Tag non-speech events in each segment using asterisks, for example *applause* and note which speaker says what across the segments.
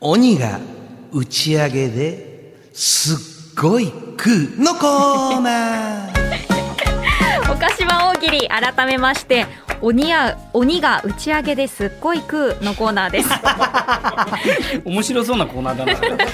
Speaker 1: 鬼が打ち上げですっごい食うのコーナー
Speaker 2: 岡島大喜利改めまして鬼や鬼が打ち上げですっごい食うのコーナーです
Speaker 3: *laughs* 面白そうなコー *laughs* ナーだな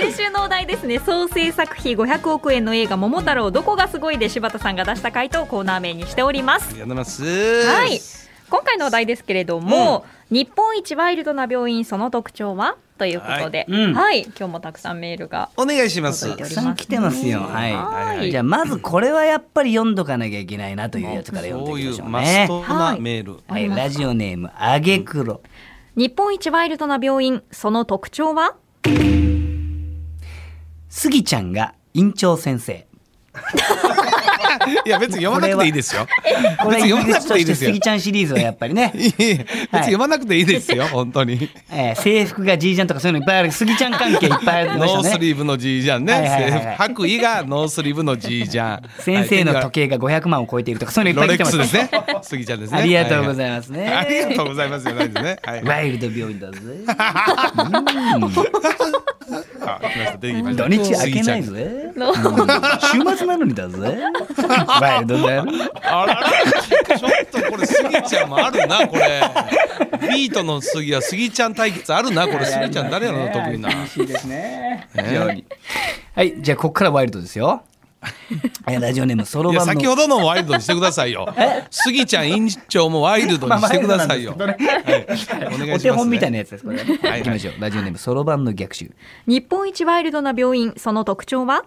Speaker 2: 先週のお題ですね総制作費500億円の映画桃太郎どこがすごいで柴田さんが出した回答をコーナー名にしております
Speaker 1: やります
Speaker 2: はい今回のお題ですけれども、日本一ワイルドな病院その特徴はということで、
Speaker 3: はいうん
Speaker 2: はい今日もたくさんメールが
Speaker 1: お願いします
Speaker 2: 届いており
Speaker 3: たくさん来てますよはい
Speaker 2: はい
Speaker 3: じゃあまずこれはやっぱり読んどかなきゃいけないなというやつから読んで
Speaker 1: そう
Speaker 3: いき
Speaker 1: いう
Speaker 3: ましょう
Speaker 1: マ
Speaker 3: ね
Speaker 1: ス。トなメール、
Speaker 2: あ
Speaker 3: は
Speaker 2: り
Speaker 3: い、
Speaker 2: ますか
Speaker 3: ラジオネームあげくろ、
Speaker 2: 日本一ワイルドな病院その特徴は
Speaker 3: スギちゃんが院長先生。
Speaker 1: いや別に読まなくていいですよ
Speaker 3: これ
Speaker 1: 別に
Speaker 3: 入
Speaker 1: 読
Speaker 3: り
Speaker 1: まな
Speaker 3: 口
Speaker 1: く
Speaker 3: と
Speaker 1: ていい
Speaker 3: して
Speaker 1: です
Speaker 3: ス
Speaker 1: よ
Speaker 3: ギちゃんシリーズはやっぱり *laughs* ね、
Speaker 1: いえいえ別に読まなくていいですよ、本当に
Speaker 3: えー制服が G ジャンとかそういうのいっぱいある、スギちゃん関係いっぱいあり
Speaker 1: ノ
Speaker 3: ま
Speaker 1: ー
Speaker 3: した
Speaker 1: ス
Speaker 3: ね。
Speaker 1: リーブの G じゃんね、
Speaker 3: はいはいはいはい
Speaker 1: 制服白衣がノースリーブの G じゃん
Speaker 3: 先生の時
Speaker 1: 計
Speaker 3: 計が500万を超えているとかそういうのい
Speaker 1: ロ
Speaker 3: っぱ
Speaker 1: レ
Speaker 3: い来
Speaker 1: ック
Speaker 3: てま
Speaker 1: スで
Speaker 3: し
Speaker 1: すねスギちゃんです
Speaker 3: た。
Speaker 1: ね
Speaker 3: ありがとうご
Speaker 1: ま
Speaker 3: ざいます
Speaker 1: すありが
Speaker 3: ね。
Speaker 1: とうございますじゃないですねはい
Speaker 3: ワイルド病院だぜ。
Speaker 1: あ来ました出てきました
Speaker 3: 土日明けない
Speaker 1: スギち
Speaker 3: ぜ。
Speaker 2: の
Speaker 3: 週末なのに
Speaker 1: *laughs*
Speaker 3: だぜ。ワイルドだよ。
Speaker 1: ゃんあららちょっとこれスギちゃんもあるなこれビートのスギはスギちゃん対決あるなこれスギちゃん誰やろな得意な
Speaker 3: 厳しいですね。
Speaker 1: 非常に
Speaker 3: はい、じゃあここからワイルドで
Speaker 1: *laughs*
Speaker 3: すよ。えーラジオネームソロ
Speaker 1: いや
Speaker 3: バン
Speaker 1: 先
Speaker 3: の
Speaker 1: ほどのワイルドにしてくださいよ。スギちゃん院長もワイルドにしてくださいよ。はいお願いしますね
Speaker 3: お手本みたいなやつです。これ、ね。
Speaker 1: はい
Speaker 3: いきましょう。ラジオネームソロバンの逆襲。
Speaker 2: 日本一ワイルドな病院その特徴は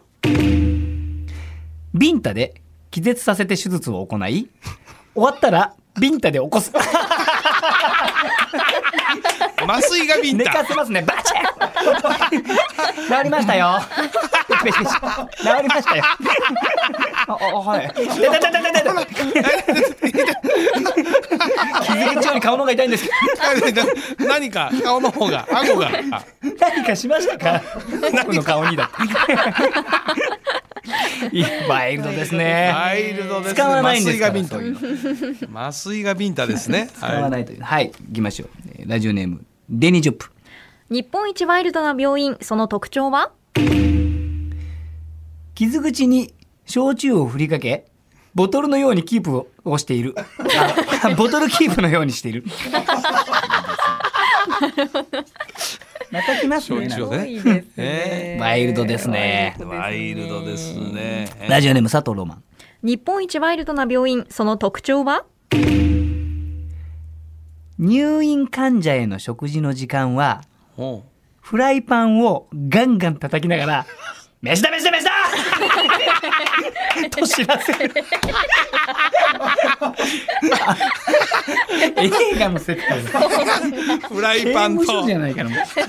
Speaker 3: ビンタで気絶させて手術を行い、終わったらビンタで起こす。
Speaker 1: 麻酔がビン
Speaker 3: 寝
Speaker 1: タ
Speaker 3: か。せますね。バチン。治りましたよ。ペチペチペチ治りましたよ。あ、あはい。痛い痛い痛い痛い痛い気づけちゃうに顔の方が痛いんですけ
Speaker 1: 何か顔の方が顎が。あ
Speaker 3: ど、何かしましたか。僕の顔にだって。いやワイルドですね。
Speaker 1: ワイルドですね。
Speaker 3: 使わないん
Speaker 1: 麻
Speaker 3: で
Speaker 1: 酔
Speaker 3: すか
Speaker 1: が
Speaker 3: ら
Speaker 1: ビンタ。麻酔がビンタですね。
Speaker 3: 使わ
Speaker 1: は
Speaker 3: ないという。はい、行きましょう。えーラジオネームデニジョップ。
Speaker 2: 日本一ワイルドな病院その特徴は
Speaker 3: 傷口に焼酎を振りかけボトルのようにキープをしているあボトルキープのようにしている *laughs* また来ま
Speaker 1: い。
Speaker 3: す
Speaker 1: 承知を
Speaker 2: すごい
Speaker 1: ね
Speaker 2: ですね。
Speaker 1: え
Speaker 3: ワイルドですね
Speaker 1: えワイルドですね。
Speaker 3: ラジオネーム佐藤ロマン
Speaker 2: 日本一ワイルドな病院その特徴は
Speaker 3: 入院患者への食事の時間は
Speaker 1: ほ
Speaker 3: フライパンをガンガン叩きながら「飯だ飯だ飯だ!」と知らせる *laughs* 映画の世界
Speaker 1: うフライパン
Speaker 3: 刑務所
Speaker 1: と
Speaker 3: じゃないからもう
Speaker 1: フ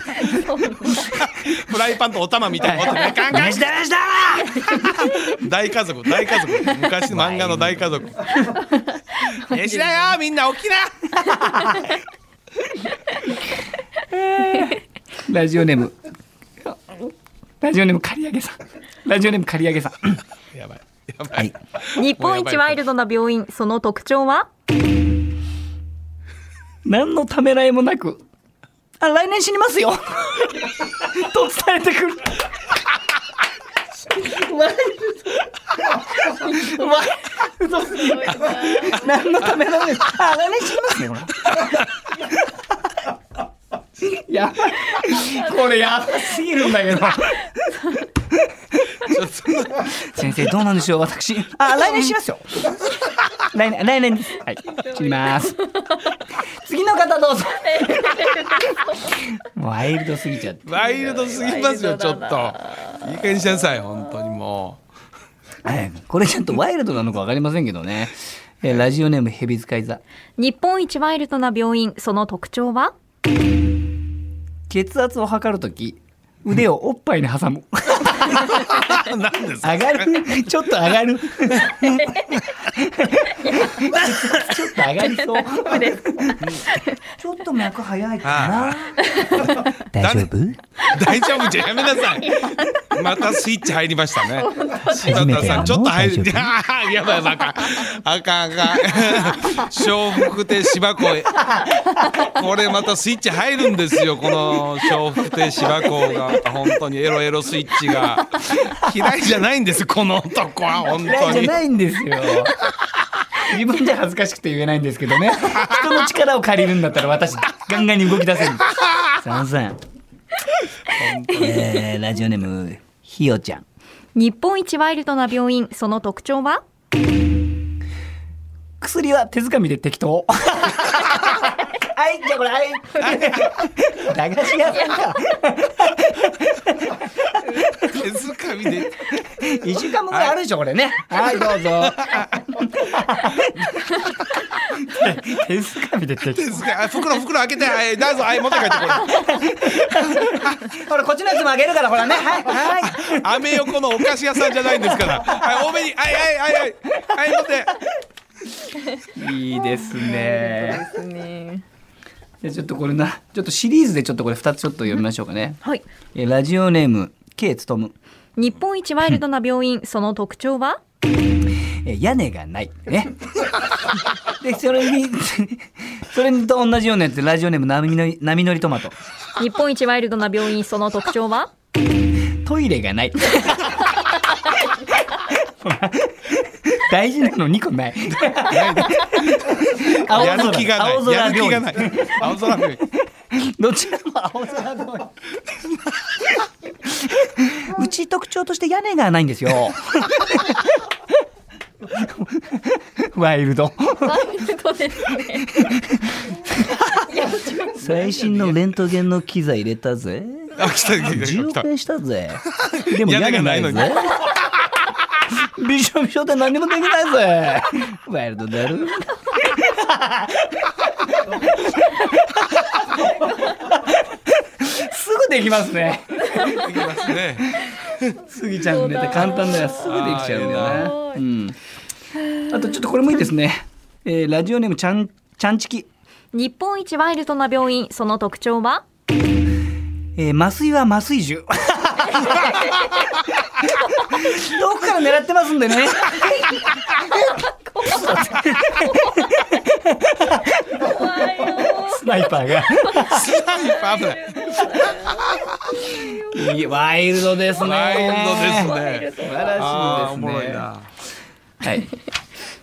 Speaker 1: ライパンとお玉みたいな音ね。カンカン
Speaker 3: 飯だ飯だ
Speaker 1: 大家族大家族昔の漫画の大家
Speaker 3: *laughs*
Speaker 1: 族。飯だよみんな起きな。
Speaker 3: ラジオネームラジオネーム刈り上げさんラジオネーム刈り上げさん
Speaker 1: やばい。やばい。
Speaker 3: はい
Speaker 2: 日本一ワイルドな病院その特徴は
Speaker 3: 何のためらいもなくあ来年死にますよと伝えてくるワイルドワイルド何のためらいもなくあ来年死にますよやばいこれやばすぎるんだけど
Speaker 1: ちょっと
Speaker 3: 先生どうなんでしょう私あ来年しますよ来年来年ですはい知ります次の方どうぞ *laughs* ワイルドすぎちゃって *laughs*
Speaker 1: ワイルドすぎますよ、ちょっと。いい加減にしなさい、本当にも
Speaker 3: はいこれちょっとワイルドなのかわかりませんけどねえーラジオネームヘビ使い座
Speaker 2: 日本一ワイルドな病院その特徴は
Speaker 3: 血圧を測るとき腕をおっぱいに挟 *laughs* む
Speaker 1: う。 *laughs* なんですか
Speaker 3: 上がるちょっと上が *laughs* るちょっと上がりそうちょっと脈早いかな大丈夫
Speaker 1: 大丈夫じゃやめなさい。
Speaker 3: *laughs*
Speaker 1: またスイッチ入りましたね。柴田さん、ちょっと入る。あー *laughs* やばいやばい、あかん。あかん、
Speaker 3: *laughs*
Speaker 1: あかん。笑福亭芝子。これまたスイッチ入るんですよ。この笑福亭芝子が、本当にエロエロスイッチが。嫌いじゃないんです、この男は、本
Speaker 3: 嫌い
Speaker 1: 当
Speaker 3: じゃ
Speaker 1: に。
Speaker 3: ないんですよ。 *laughs* 自分じゃ恥ずかしくて言えないんですけど *laughs* ね。人の力を借りるんだったら私、ガンガンに動き出せる。さんさん。えーラジオネーム、ひよちゃん。
Speaker 2: 日本一ワイルドな病院その特徴は
Speaker 3: 薬は手づかみで適当。 *laughs* はい、じゃあこれ、はい。駄菓子屋さんか。
Speaker 1: 手づかみで。
Speaker 3: 一週間分ぐらいあるでしょ、これね。はい、どうぞ。 *laughs* 手づかみで適
Speaker 1: 手づかみあ袋、袋開けて、はい、どうぞ、はい、持って帰ってこれ。
Speaker 3: 当。ほら、こっちのやつもあげるから、ほらね。はい、はい。
Speaker 1: アメ横のお菓子屋さんじゃないんですから。はい、多めに、はい、はい、はい、はい、はい、待って。
Speaker 3: いいですね。 *laughs* じゃあちょっとこれな、ちょっとシリーズでちょっとこれ二つちょっと読みましょうかね。
Speaker 2: はい
Speaker 3: えラジオネーム K つとむ。
Speaker 2: 日本一ワイルドな病院その特徴は
Speaker 3: え屋根がないね。 *laughs* でそれに *laughs* それと同じようなやつラジオネーム波のり波乗りトマト。
Speaker 2: 日本一ワイルドな病院その特徴は
Speaker 3: トイレがない。 *laughs* 大事なの2個ない。
Speaker 1: *laughs*
Speaker 3: *laughs* 青
Speaker 1: やる気がない。
Speaker 3: 青空
Speaker 1: やる気
Speaker 3: 病
Speaker 1: が
Speaker 3: 院
Speaker 1: ない。青空病院。
Speaker 3: どちらも青空通り。うち特徴として屋根がないんですよ。ワイルド。
Speaker 2: ワイルドですね
Speaker 3: 最新のレントゲンの機材入れたぜ。
Speaker 1: あ、来た、
Speaker 3: 10
Speaker 1: 来
Speaker 3: 億
Speaker 1: た、来
Speaker 3: 円したぜ。でも
Speaker 1: 屋
Speaker 3: 屋
Speaker 1: 根
Speaker 3: 根
Speaker 1: がな
Speaker 3: ないい
Speaker 1: の
Speaker 3: ぜ
Speaker 1: に。
Speaker 3: びしょびしょで何もできないぜ。ワイルドだ *laughs* ろ。すぐできますね。
Speaker 1: た。できますね。
Speaker 3: すぎちゃんのネタ簡単だよすぐできちゃうんだよ
Speaker 2: あー
Speaker 3: ねうん、あとちょっとこれもいいですね、えーラジオネームちゃんちゃんちき、
Speaker 2: 日本一ワイルドな病院その特徴は
Speaker 3: えー麻酔は麻酔銃 *laughs* どこから狙ってますんでねスナイパーが
Speaker 1: スナイパー危ない。
Speaker 3: いいワイルドですね
Speaker 1: ワイルドですね。
Speaker 3: 素晴ら
Speaker 1: あーお
Speaker 3: しいで
Speaker 1: も
Speaker 3: す
Speaker 1: ろい
Speaker 3: ね
Speaker 1: な。
Speaker 3: はい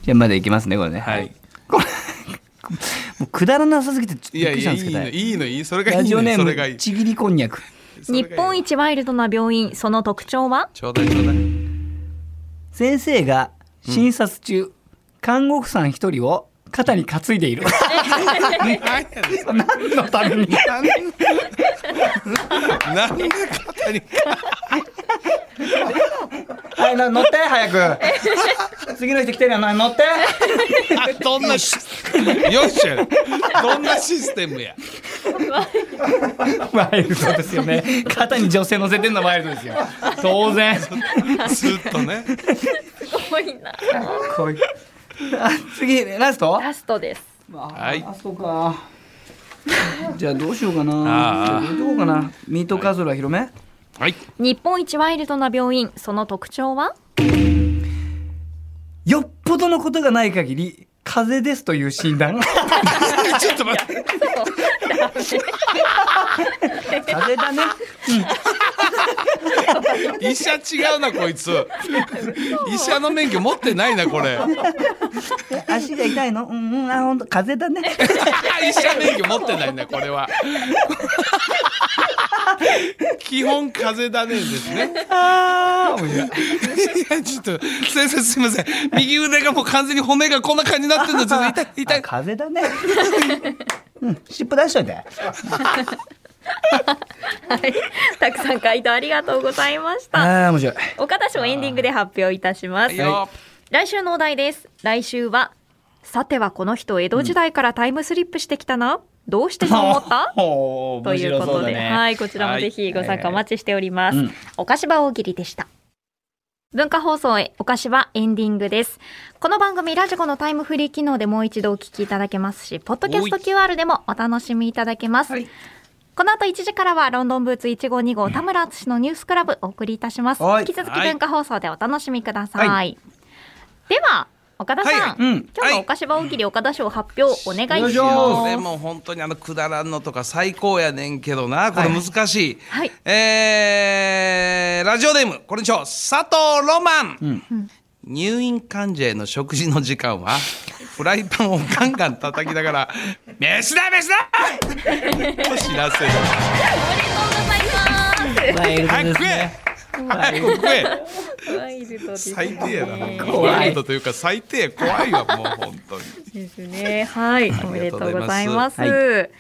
Speaker 3: じゃあまだいきますねこれね
Speaker 1: はい。
Speaker 3: もうくだらなさすぎてちょっと
Speaker 1: い
Speaker 3: び
Speaker 1: や
Speaker 3: っ
Speaker 1: い
Speaker 3: くりした
Speaker 1: や、
Speaker 3: ん
Speaker 1: い
Speaker 3: です
Speaker 1: いの、
Speaker 3: けど
Speaker 1: いいの、いい、それがい
Speaker 3: ラ
Speaker 1: い
Speaker 3: ジオ
Speaker 1: ね。そ
Speaker 3: ネ
Speaker 1: れがい
Speaker 3: ーム
Speaker 1: い。
Speaker 3: ちぎりこんにゃく
Speaker 2: 日本
Speaker 1: 一。
Speaker 2: 一ワイルドな病院その特徴は
Speaker 1: ちょうだい、ちょうだい。
Speaker 3: 先生が診察中、看護婦さん一人を肩に担いでいる
Speaker 1: 何やねんそれ
Speaker 3: *laughs* 何のために
Speaker 1: 何で肩に。
Speaker 3: *laughs* はいな乗って *laughs* 早く次の人来てるよな乗って
Speaker 1: あ、どんなシステム。よっしゃ。どんなシステムや。
Speaker 3: ワイルドですよね肩に女性乗せてんのワイルドですよ当然
Speaker 1: ずっとね。
Speaker 2: 多いな
Speaker 3: こいあ次ラスト
Speaker 2: ラストです
Speaker 1: はい
Speaker 3: あそうかじゃあどうしようか
Speaker 1: あ
Speaker 3: な
Speaker 1: あ
Speaker 3: どうしようかなミートカズラ広め、
Speaker 1: はい。
Speaker 2: 日本一ワイルドな病院その特徴は
Speaker 3: よっぽどのことがない限り風邪ですという診断
Speaker 1: ちょっと待って。
Speaker 3: *laughs* 風邪だ *laughs* ね
Speaker 1: 医者違うな、こいつ。医者の免許持ってないな、これ。
Speaker 3: 足が痛いのうんうんあ本当風
Speaker 2: *laughs*
Speaker 3: 邪だね
Speaker 1: 医者免許持ってないんだこれは *laughs* 基本風邪だねですね *laughs*
Speaker 3: あー面白い
Speaker 1: いやちょっと先生すいません右腕がもう完全に骨がこんな感じになってるのちょっと痛い痛
Speaker 3: あ
Speaker 1: い
Speaker 3: 風邪だねうん尻尾出しといて
Speaker 2: はいたくさん回答ありがとうございました
Speaker 3: あー面白い
Speaker 2: 岡田賞エンディングで発表いたします
Speaker 1: いいよ
Speaker 2: 来週のお題です来週はさてはこの人江戸時代からタイムスリップしてきたな、どうしてそう思った
Speaker 3: *laughs* おー
Speaker 2: と
Speaker 3: 面
Speaker 2: いう
Speaker 3: 白
Speaker 2: こ
Speaker 3: そ
Speaker 2: と
Speaker 3: うだ
Speaker 2: で、
Speaker 3: ね
Speaker 2: はい、こちらもぜひご参加お待ちしております。
Speaker 3: はいうん
Speaker 2: 岡芝大喜利でした。文化放送へ岡芝エンディングです。この番組ラジコのタイムフリー機能でもう一度お聞きいただけますし、ポッドキャスト QR でもお楽しみいただけます。この後1時からはロンドンブーツ1号2号田村敦のニュースクラブお送りいたします。
Speaker 3: はい
Speaker 2: 引き続き文化放送でお楽しみください。
Speaker 3: は
Speaker 2: では岡田さん、
Speaker 1: はい
Speaker 3: うん
Speaker 2: 今日の
Speaker 1: はい
Speaker 2: 岡芝大喜利岡田賞発表お願いし
Speaker 3: よ
Speaker 2: ま。
Speaker 1: ですも本当にあのくだらんのとか最高やねんけどなこれ難しい、
Speaker 2: はい
Speaker 1: えーラジオネームこんにちは佐藤ロマン、
Speaker 2: ん
Speaker 1: 入院患者への食事の時間は *laughs* フライパンをガンガン叩きながら「飯だ飯だ!」と知
Speaker 2: *laughs*
Speaker 1: らせる
Speaker 2: おめでとうございます。
Speaker 3: ワイルド
Speaker 1: 早
Speaker 3: で
Speaker 1: く
Speaker 3: す
Speaker 1: 食え
Speaker 3: ね。
Speaker 1: 早く食え
Speaker 2: ワイルドですね
Speaker 1: 最低やな
Speaker 3: 怖い
Speaker 1: ワイルドというか最低や怖いわもう本当に
Speaker 2: ですね。はい、おめでとうございます。
Speaker 3: ありがと
Speaker 2: で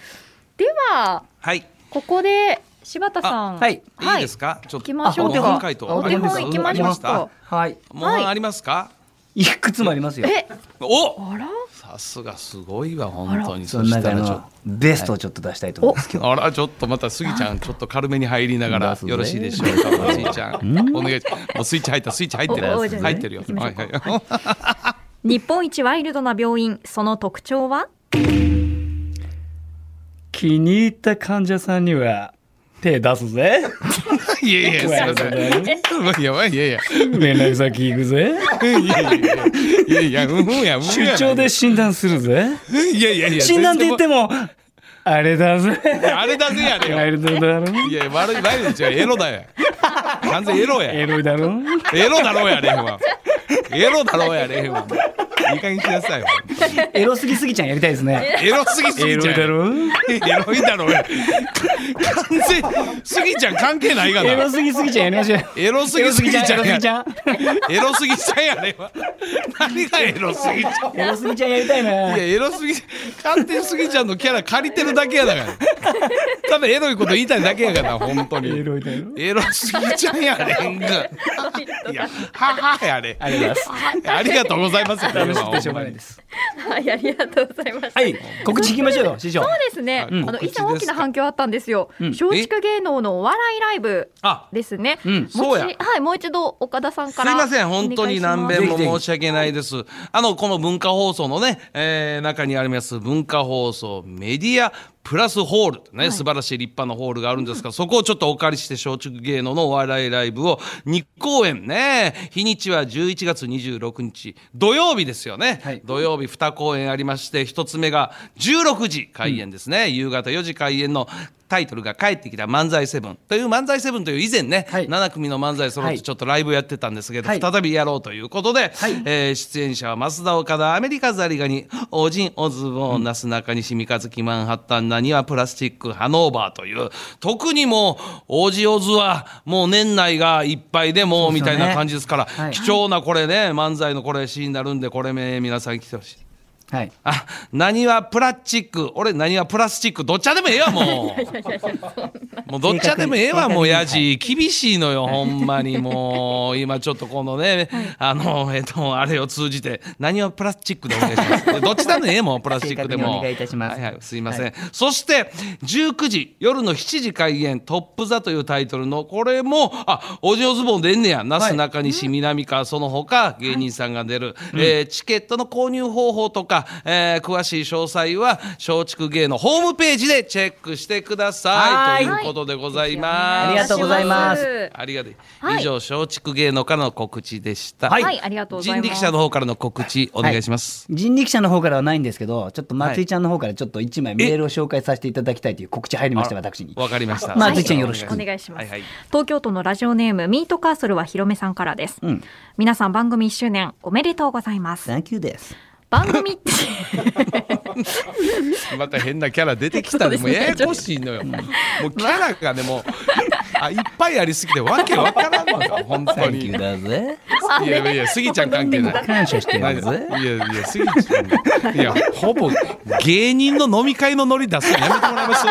Speaker 2: は、
Speaker 1: はい
Speaker 2: ここで柴田さん、
Speaker 3: あはい
Speaker 1: いいですか、ちょっ
Speaker 2: 行きましょう
Speaker 1: お手
Speaker 2: か
Speaker 1: 本回答
Speaker 2: お手本行きましょうか。
Speaker 3: はい。
Speaker 1: もうありますか、
Speaker 3: いくつもありますよ。
Speaker 2: え、
Speaker 1: お
Speaker 2: あら、
Speaker 1: さすがすごいわ本当に
Speaker 3: そ
Speaker 1: そ
Speaker 3: の
Speaker 1: した
Speaker 3: 中
Speaker 1: らちょ
Speaker 3: の
Speaker 1: っ
Speaker 3: ベストをちょっと出したいと思います。
Speaker 1: とあらちょっとまたスギちゃんちょっと軽めに入りなが
Speaker 3: 出
Speaker 1: ら
Speaker 3: すぜ
Speaker 1: よろしいでしょうかスギちゃんお願いしますもうスイッチ入ったスイッチ入ってる
Speaker 2: おおじゃあ
Speaker 1: 入ってるよはいはい
Speaker 2: 日本一ワイルドな病院、その特徴は？
Speaker 4: 気に入った患者さんには手出すぜ
Speaker 1: いやい *laughs* やすいませんいやいやいや
Speaker 4: 連絡先行くぜ
Speaker 1: *laughs* いやいやいやいやうんうんやうん
Speaker 4: 出
Speaker 1: や
Speaker 4: 張で診断するぜ
Speaker 1: いやいやいや
Speaker 4: 診断って言ってもあれだぜ
Speaker 3: *laughs*
Speaker 1: あれだぜやれ
Speaker 4: ワ
Speaker 1: よ
Speaker 4: イルドだろ
Speaker 1: いや悪い悪いじゃエロだよ完全エロや
Speaker 4: エロいだろ
Speaker 1: エロだろうやれへんわエロだろうやれへんわいい加減にしなさいよ
Speaker 3: *laughs* エロすぎすぎちゃんやりたいですね。
Speaker 1: エロすぎす
Speaker 4: エ
Speaker 1: ぎ
Speaker 4: ロ
Speaker 1: ち
Speaker 4: い
Speaker 1: ゃ
Speaker 4: だ
Speaker 1: う
Speaker 4: ろ
Speaker 1: エロいだろうや完全スギちゃん関係ないが
Speaker 4: エロ
Speaker 1: な
Speaker 4: すぎすぎちゃんやりましょう
Speaker 1: エロすぎすぎちゃ
Speaker 3: エロ
Speaker 1: ん
Speaker 3: す
Speaker 1: や
Speaker 3: ぎちゃん。
Speaker 1: エロすぎちゃんやねんわ何がエロすぎちゃん
Speaker 3: *laughs* エロすぎちゃんやりたい
Speaker 1: いや
Speaker 3: な。
Speaker 1: エロすぎ勝手にスギちゃんのキャラ借りてるだけやだからただエロいこと言いたいだけやからな本当
Speaker 4: エ
Speaker 1: に
Speaker 4: ロいだろ
Speaker 1: エロすぎちゃんやねんがいやははやれ
Speaker 3: ありがとうござい
Speaker 1: ありがとうございますよ
Speaker 3: ます。楽しくてしょうがないです。
Speaker 2: はい、ありがとうございました。
Speaker 3: はい、告知聞きましょうよ、師匠。
Speaker 2: そうですね、
Speaker 1: うん
Speaker 2: あの
Speaker 1: 告知
Speaker 2: 以
Speaker 1: です
Speaker 2: 前
Speaker 1: か
Speaker 2: 大きな反響あったんですよ、松竹芸能のお笑いライブ
Speaker 1: あ
Speaker 2: ですね、
Speaker 1: ん
Speaker 2: も
Speaker 1: そう
Speaker 2: う
Speaker 1: や
Speaker 2: はいもう一度岡田さん
Speaker 1: す
Speaker 2: か
Speaker 1: い
Speaker 2: ら
Speaker 1: ません本当に何べんも
Speaker 3: ぜひぜ
Speaker 1: 申
Speaker 3: ひ
Speaker 1: し訳ないです。あのこの文化放送のね、えー中にあります文化放送メディアプラスホールね、素晴らしい立派なホールがあるんですが、そこをちょっとお借りして松竹芸能のお笑いライブを2公演ね日にちは11月26日土曜日ですよね、
Speaker 3: はい
Speaker 1: 土曜日2公演ありまして1つ目が16時開演ですね、夕方4時開演のタイトルが「帰ってきた漫才セブン」という漫才セブンという以前ね、
Speaker 3: はい
Speaker 1: 7組の漫才揃っ
Speaker 3: は
Speaker 1: て
Speaker 3: い
Speaker 1: ちょっとライブやってたんですけど、
Speaker 3: はい
Speaker 1: 再びやろうということで、
Speaker 3: はい
Speaker 1: えー出演者は増田岡田アメリカザリガニオジンオズボンなすなかにしみかずきマンハッタンなにはプラスチックハノーバーという特にもうオジオズはもう年内がいっぱいでもうみたいな感じですから
Speaker 3: はい
Speaker 1: 貴重なこれね漫才のこれシーンになるんでこれめ皆さん来てほしい。
Speaker 3: はい。
Speaker 1: あ、何はプラスチック、俺何はプラスチック、どっちゃでもええわ、もう。もうどっちゃでもええわ、
Speaker 3: 正確に
Speaker 1: もう
Speaker 3: 正
Speaker 1: や
Speaker 3: 確に
Speaker 1: じ、厳しいのよ、ほんまに、もう、今ちょっとこのね、あの、えっと、あれを通じて、何はプラスチックでお願いします。どっちでもええもん、プラスチックで
Speaker 3: 正確に
Speaker 1: も。
Speaker 3: お願いいたします
Speaker 1: はいはい、すいません。そして、19時、夜の7時開演、トップ座というタイトルの、これも、あ、おじおズボン出んねや、なすなかにし、みなみか、その他、芸人さんが出る、えーチケットの購入方法とか、えー詳しい詳細は、松竹芸のホームページでチェックしてください。
Speaker 3: は
Speaker 1: ということでございます。
Speaker 3: ありがとうございます
Speaker 2: は
Speaker 1: ありがとう。
Speaker 2: はい
Speaker 1: 以上、松竹芸能からの告知でした。
Speaker 2: い、ありがとうござ
Speaker 1: 人
Speaker 2: います
Speaker 1: 力車の方からの告知、お願いします。
Speaker 3: 人力車の方からはないんですけど、ちょっと松井ちゃんの方からちょっと一枚メールを紹介させていただきたいという告知入りまして、私に。
Speaker 1: わかりました。
Speaker 3: まあ松井ちゃんよろしく
Speaker 2: お願いします、
Speaker 1: はいはい
Speaker 2: 東京都のラジオネームミートカーソルはひろめさんからです、
Speaker 3: うん
Speaker 2: 皆さん番組1周年おめでとうございます
Speaker 3: サンキューです。
Speaker 2: 番組って
Speaker 1: また変なキャラ出てきたでもうややこしいのよ。もうキャラがねもうあいっぱいありすぎてわけわからんのよ本当に。いや
Speaker 3: だぜ。
Speaker 1: いやいやスギちゃん関係ない。
Speaker 3: 感謝して
Speaker 1: いや
Speaker 3: る
Speaker 1: い
Speaker 3: ぜ。
Speaker 1: やスギちゃんいやほぼ芸人の飲み会のノリ出すのやめてもらいます。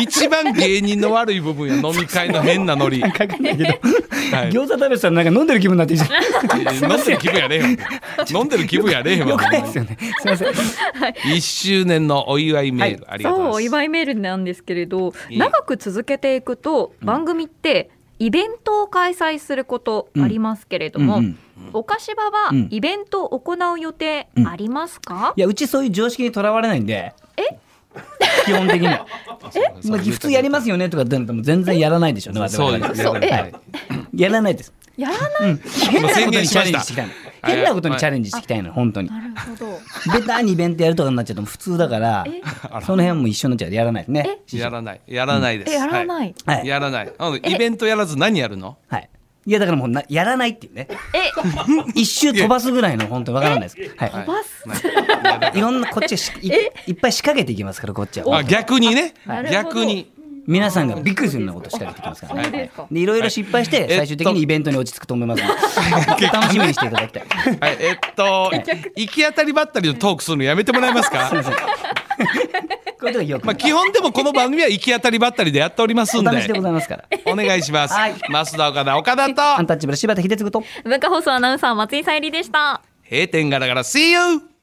Speaker 1: 一番芸人の悪い部分や飲み会の変なノ
Speaker 3: *laughs*
Speaker 1: リ。
Speaker 4: 書かないけど
Speaker 1: *laughs* はい
Speaker 4: 餃子食べてたらなんか飲んでる気分になっていいじゃ
Speaker 1: 飲んでる気分やれへんわ。飲んでる *laughs* 気分やれへん
Speaker 4: んよ
Speaker 1: わ
Speaker 4: く。ないですよねすいません
Speaker 1: 一周年のお祝いメール、ありがとう
Speaker 2: そう
Speaker 1: ご
Speaker 2: お
Speaker 1: ざいます。
Speaker 2: 祝いメールなんですけれど
Speaker 1: いい
Speaker 2: 長く続けていくと番組ってイベントを開催することありますけれども、
Speaker 3: うんうん
Speaker 2: 岡芝は
Speaker 3: うん
Speaker 2: イベントを行う予定ありますか、
Speaker 3: いや、うちそういう常識にとらわれないんで。
Speaker 2: え
Speaker 3: 基本的
Speaker 1: *laughs*
Speaker 3: には。まあ、普通やります
Speaker 1: よ。
Speaker 3: よねとかってなるともう全然やらないでしょうね、我
Speaker 1: そう
Speaker 3: 々
Speaker 1: で
Speaker 3: は
Speaker 1: す。
Speaker 2: そうえ
Speaker 1: はい
Speaker 3: やらないです。
Speaker 2: やらない、
Speaker 3: 変なこと
Speaker 1: 宣言
Speaker 3: に
Speaker 1: し
Speaker 3: チャ
Speaker 1: ま
Speaker 3: レ
Speaker 1: し
Speaker 3: ン
Speaker 1: た
Speaker 3: ジしてきたいの。
Speaker 1: はい
Speaker 3: *laughs* 変なことにチャレンジしてきたいの、本当に。
Speaker 2: なるほど
Speaker 3: ベタにイベントやるとかになっちゃうともう普通だから
Speaker 2: え、
Speaker 3: *laughs* その辺はもう一緒になっちゃう。やらないですね。
Speaker 1: やらない。やらないです。
Speaker 2: えやらない、
Speaker 1: は。
Speaker 3: はい
Speaker 1: やらない。なのでイベントやらず何やるの
Speaker 3: はい。いや、だからもうな、やらないっていうね。
Speaker 2: え
Speaker 3: 一周飛ばすぐらいの、本当にわからないです。
Speaker 1: は
Speaker 3: はい
Speaker 2: バス
Speaker 1: ないやだ
Speaker 3: *laughs* い。いろんな、こっちはしいいっぱい仕掛けていきますから、こっち
Speaker 1: あ
Speaker 3: は。
Speaker 1: 逆にね
Speaker 2: なる。ほど
Speaker 1: 逆
Speaker 2: *laughs*
Speaker 1: に。
Speaker 3: 皆さんがびっくりするようなこと仕掛けてきますから
Speaker 2: そうで
Speaker 3: ね
Speaker 2: すか。
Speaker 3: で、いろいろ失敗して、
Speaker 1: え
Speaker 3: 最終的にイベントに落ち着くと思いますので。楽しみにしていただきたい。
Speaker 1: はい、えっと、行き当たりばったりのトークするのやめてもらえます
Speaker 2: *laughs*
Speaker 1: か
Speaker 3: すいません。こういうとこよく。
Speaker 1: まあ、基本でもこの番組は行き当たりばったりでやっておりますんで
Speaker 2: *laughs*
Speaker 3: お試しでございますから。
Speaker 1: お願いします、
Speaker 3: はい
Speaker 1: 増田岡田岡田
Speaker 3: アン
Speaker 1: と
Speaker 3: タッチャブル柴田秀嗣と。
Speaker 2: 文化放送アナウンサー松井さゆりでした
Speaker 1: 閉店ガラガラ See you!